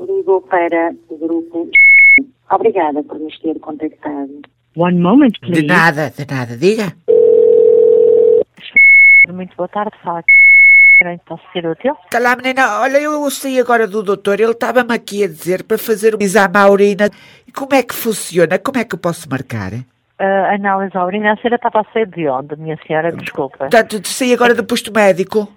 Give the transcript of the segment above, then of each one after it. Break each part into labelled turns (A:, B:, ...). A: ligou para o grupo. Obrigada por nos ter contactado.
B: One moment, please.
C: De nada, de nada. Diga.
D: Muito boa tarde, fala que posso ser útil.
C: Calá, Tá menina, olha, eu sei agora do doutor, ele estava-me aqui a dizer para fazer o exame à urina. E como é que funciona? Como é que eu posso marcar?
D: A análise à urina, a senhora estava a ser de onde, minha senhora? Desculpa.
C: Portanto, sei agora do posto médico.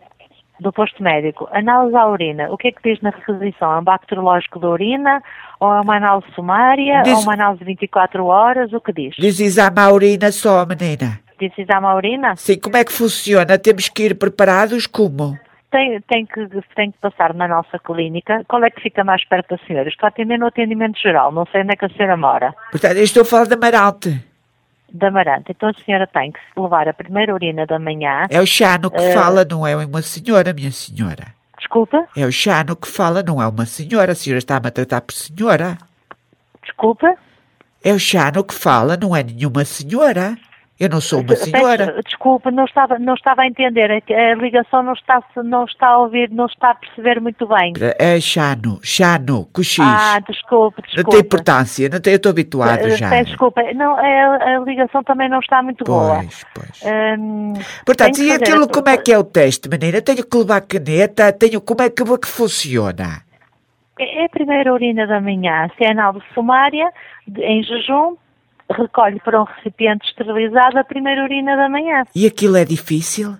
D: Do posto médico. Análise à urina. O que é que diz na requisição? É um bacteriológico da urina? Ou é uma análise sumária?
C: Diz-
D: Ou uma análise de 24 horas? O que diz?
C: Diz exame à urina só, menina.
D: Diz exame à urina?
C: Sim, como é que funciona? Temos que ir preparados como?
D: Tem, tem que, tem que passar na nossa clínica. Qual é que fica mais perto da senhora? Estou a atender no atendimento geral. Não sei onde é que a senhora mora.
C: Portanto, eu estou a falar da Marante.
D: Da Marante. Então a senhora tem que se levar a primeira urina da manhã.
C: É o Chano que
D: É.
C: fala, não é uma senhora, minha senhora.
D: Desculpa,
C: É o Chano que fala, não é uma senhora. A senhora está-me a tratar por senhora.
D: desculpa.
C: É o Chano que fala, não é nenhuma senhora. Eu não sou uma
D: Peço-
C: senhora.
D: Desculpa, não estava, não estava a entender. A- A ligação não está, não está a ouvir, não está a perceber muito bem.
C: É Chano, Chano, com X.
D: Ah, desculpe,
C: não
D: desculpe.
C: tem importância, não tem, eu estou habituado
D: Eh,
C: já.
D: Peço desculpa. Não, a, a ligação também não está muito boa.
C: Pois, pois.
D: Hum,
C: Portanto,
D: tenho
C: e
D: fazer
C: aquilo,
D: a-
C: como é que é o teste, menina? Tenho que levar caneta, tenho, como é que, como é que funciona?
D: É a primeira urina da manhã, se é análise sumária, de- em jejum, recolhe para um recipiente esterilizado a primeira urina da manhã.
C: E aquilo é difícil?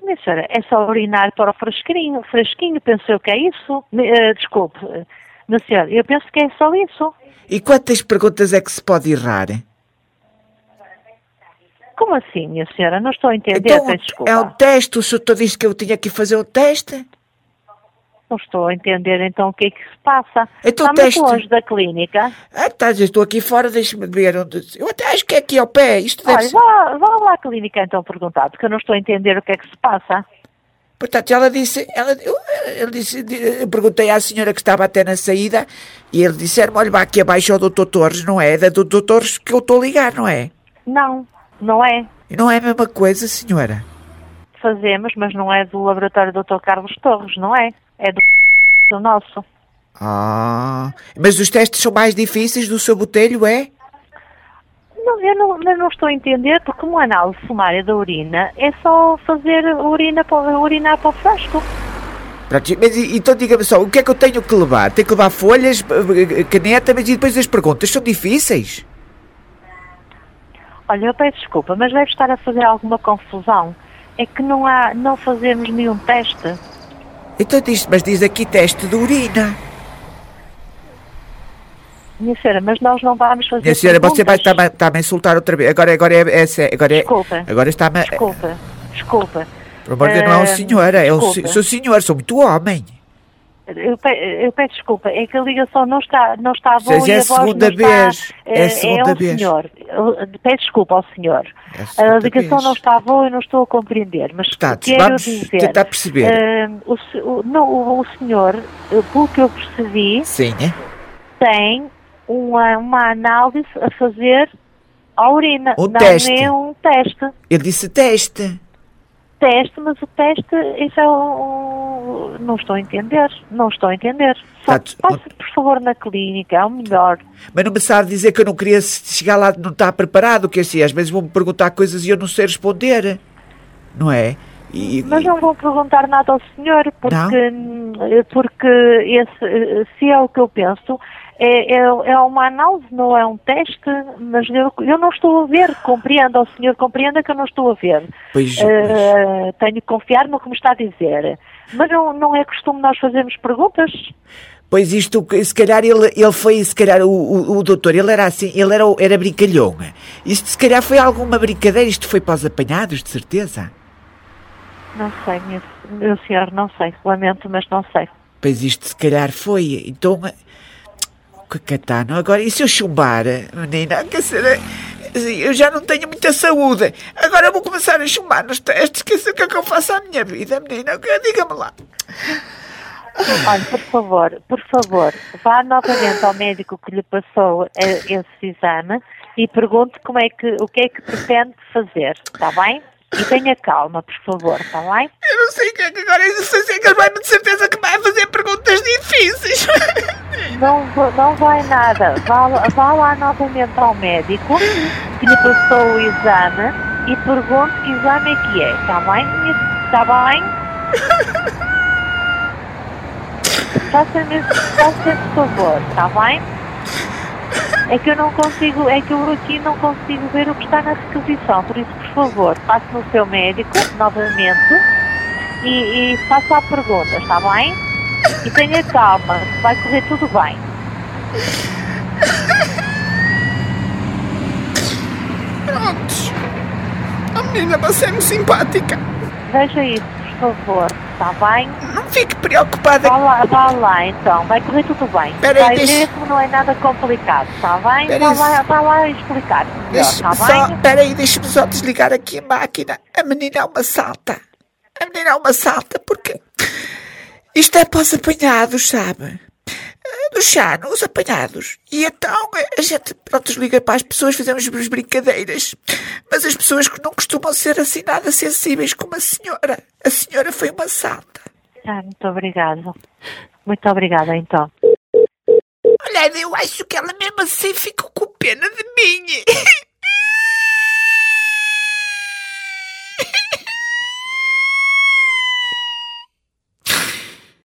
D: Minha senhora, é só urinar para o fresquinho, fresquinho, penso eu que é isso. Me- eh, desculpe, eh, minha senhora, eu penso que é só isso.
C: E quantas perguntas é que se pode errar?
D: Como assim, minha senhora? Não estou a entender,
C: Então,
D: peço desculpa.
C: é um teste, o senhor disse que eu tinha que fazer o teste?
D: Não estou a entender então o que é que se passa.
C: Então,
D: Está
C: teste-
D: muito longe da clínica.
C: Ah, tá, eu estou aqui fora, deixa-me ver onde... Eu até acho que é aqui ao pé, isto deve
D: Olha,
C: ser...
D: vá, vá lá à clínica então perguntar, porque eu não estou a entender o que é que se passa.
C: Portanto, ela disse, ela, eu, ele disse, eu perguntei à senhora que estava até na saída e ele disseram, olha, vá aqui abaixo ao doutor Torres, não é? É da do doutor Torres que eu estou a ligar, não é?
D: Não, não é.
C: E não é a mesma coisa, senhora?
D: Fazemos, mas não é do laboratório do Dr. Carlos Torres, não é? É do, do nosso.
C: Ah, mas os testes são mais difíceis do seu botelho, é?
D: Não, eu não, eu não estou a entender, porque uma análise sumária da urina é só fazer urina para, urinar para o frasco.
C: Pronto, mas e- então diga-me só, o que é que eu tenho que levar? Tenho que levar folhas, eh, eh, caneta, mas e depois as perguntas são difíceis?
D: Olha, eu peço desculpa, mas deve estar a fazer alguma confusão. É que não há, não fazemos nenhum teste.
C: Então diz, mas diz aqui teste de urina.
D: Minha senhora, mas nós não vamos fazer
C: Minha senhora, você vai
D: perguntas.
C: estar-me a estar-me a insultar outra vez. Agora, agora é, é, sé- agora é,
D: Desculpa.
C: agora está-me a,
D: Desculpa, desculpa.
C: Por amor de Deus, não é um
D: Eh,
C: senhor, é um
D: desculpa.
C: se- sou senhor, sou muito homem.
D: Eu, pe- eu peço desculpa, é que a ligação não está, não está boa
C: Seja
D: e
C: a
D: a voz
C: é segunda
D: não está,
C: vez, é a
D: eh,
C: segunda
D: um
C: vez.
D: senhor. Eu- Peço desculpa ao senhor.
C: É a
D: Eh, a
C: segunda
D: ligação
C: vez.
D: não está boa e não estou a compreender, mas
C: Portanto,
D: quero
C: vamos tá
D: dizer...
C: tentar perceber.
D: eh, o, se- o- não, o- o senhor, eh, pelo que eu percebi,
C: Sim, né?
D: tem uma, uma análise a fazer à urina.
C: Um
D: não
C: teste.
D: é um teste.
C: Ele disse teste.
D: Teste, mas o teste, isso é um... Não estou a entender, não estou a entender. Só
C: Portanto,
D: passe, por favor, na clínica, é o melhor.
C: Mas não me sabe dizer que eu não queria se- chegar lá, não está preparado, que assim, às vezes vão-me perguntar coisas e eu não sei responder. Não é? E,
D: Mas não vou perguntar nada ao senhor, porque, porque esse, se é o que eu penso, é, é, é uma análise, não é um teste, mas eu, eu não estou a ver, compreenda, o senhor compreenda que eu não estou a ver.
C: Pois,
D: Eh, tenho que confiar no que me está a dizer. Mas não, não é costume nós fazermos perguntas?
C: pois isto, que- se calhar ele, ele foi, se calhar o, o, o doutor, ele era assim, ele era, o- era brincalhão. Isto se calhar foi alguma brincadeira, isto foi para os apanhados, de certeza.
D: Não sei, minha, meu senhor, não sei. Lamento, mas não sei.
C: Pois isto se calhar foi. Então. eh, o Que catano. Agora, e se eu chumbar, eh, menina? Quer dizer, eh, assim, eu já não tenho muita saúde. Agora eu vou começar a chumbar nos testes. Quer dizer, o que é que eu faço à minha vida, menina? Que- Diga-me lá.
D: Olha, por favor, por favor, vá novamente ao médico que lhe passou eh, esse exame e pergunte como é que, o que é que pretende fazer, está bem? E tenha calma, por favor, está bem?
C: Eu não sei o que é que agora. Eu não sei se é que ele vai-me de certeza que vai fazer perguntas difíceis.
D: Não, não vai nada. Vá, vá lá novamente ao médico que lhe passou o exame e pergunte que exame é que é. Está bem? Está bem? Faça-me faça esse favor, está bem? É que eu não consigo, é que eu aqui não consigo ver o que está na requisição. Por isso, por favor, passe no seu médico novamente e, e faça a pergunta, está bem? E tenha calma, vai correr tudo bem.
C: Prontos. A menina, você é muito simpática.
D: Veja isso, por favor, está bem?
C: Não fique preocupada.
D: Vá lá, vá lá então, vai correr tudo bem.
C: Peraí,
D: vai
C: deixa-
D: ver como não é nada complicado, está bem?
C: Peraí.
D: Vá lá, vá lá explicar melhor, está
C: Deixa-me só,
D: Tá bem?
C: peraí, deixa-me só desligar aqui a máquina. A menina é uma salta. A menina é uma salta porque isto é para os apanhados, sabe? Eh, Do chá, não os apanhados. E então eh, a gente, pronto, liga para as pessoas, fazemos umas brincadeiras. Mas as pessoas que não costumam ser assim nada sensíveis como a senhora. A senhora foi uma salta.
D: Ah, muito obrigada. Muito obrigada então.
C: Olha, eu acho que ela mesmo assim ficou com pena de mim.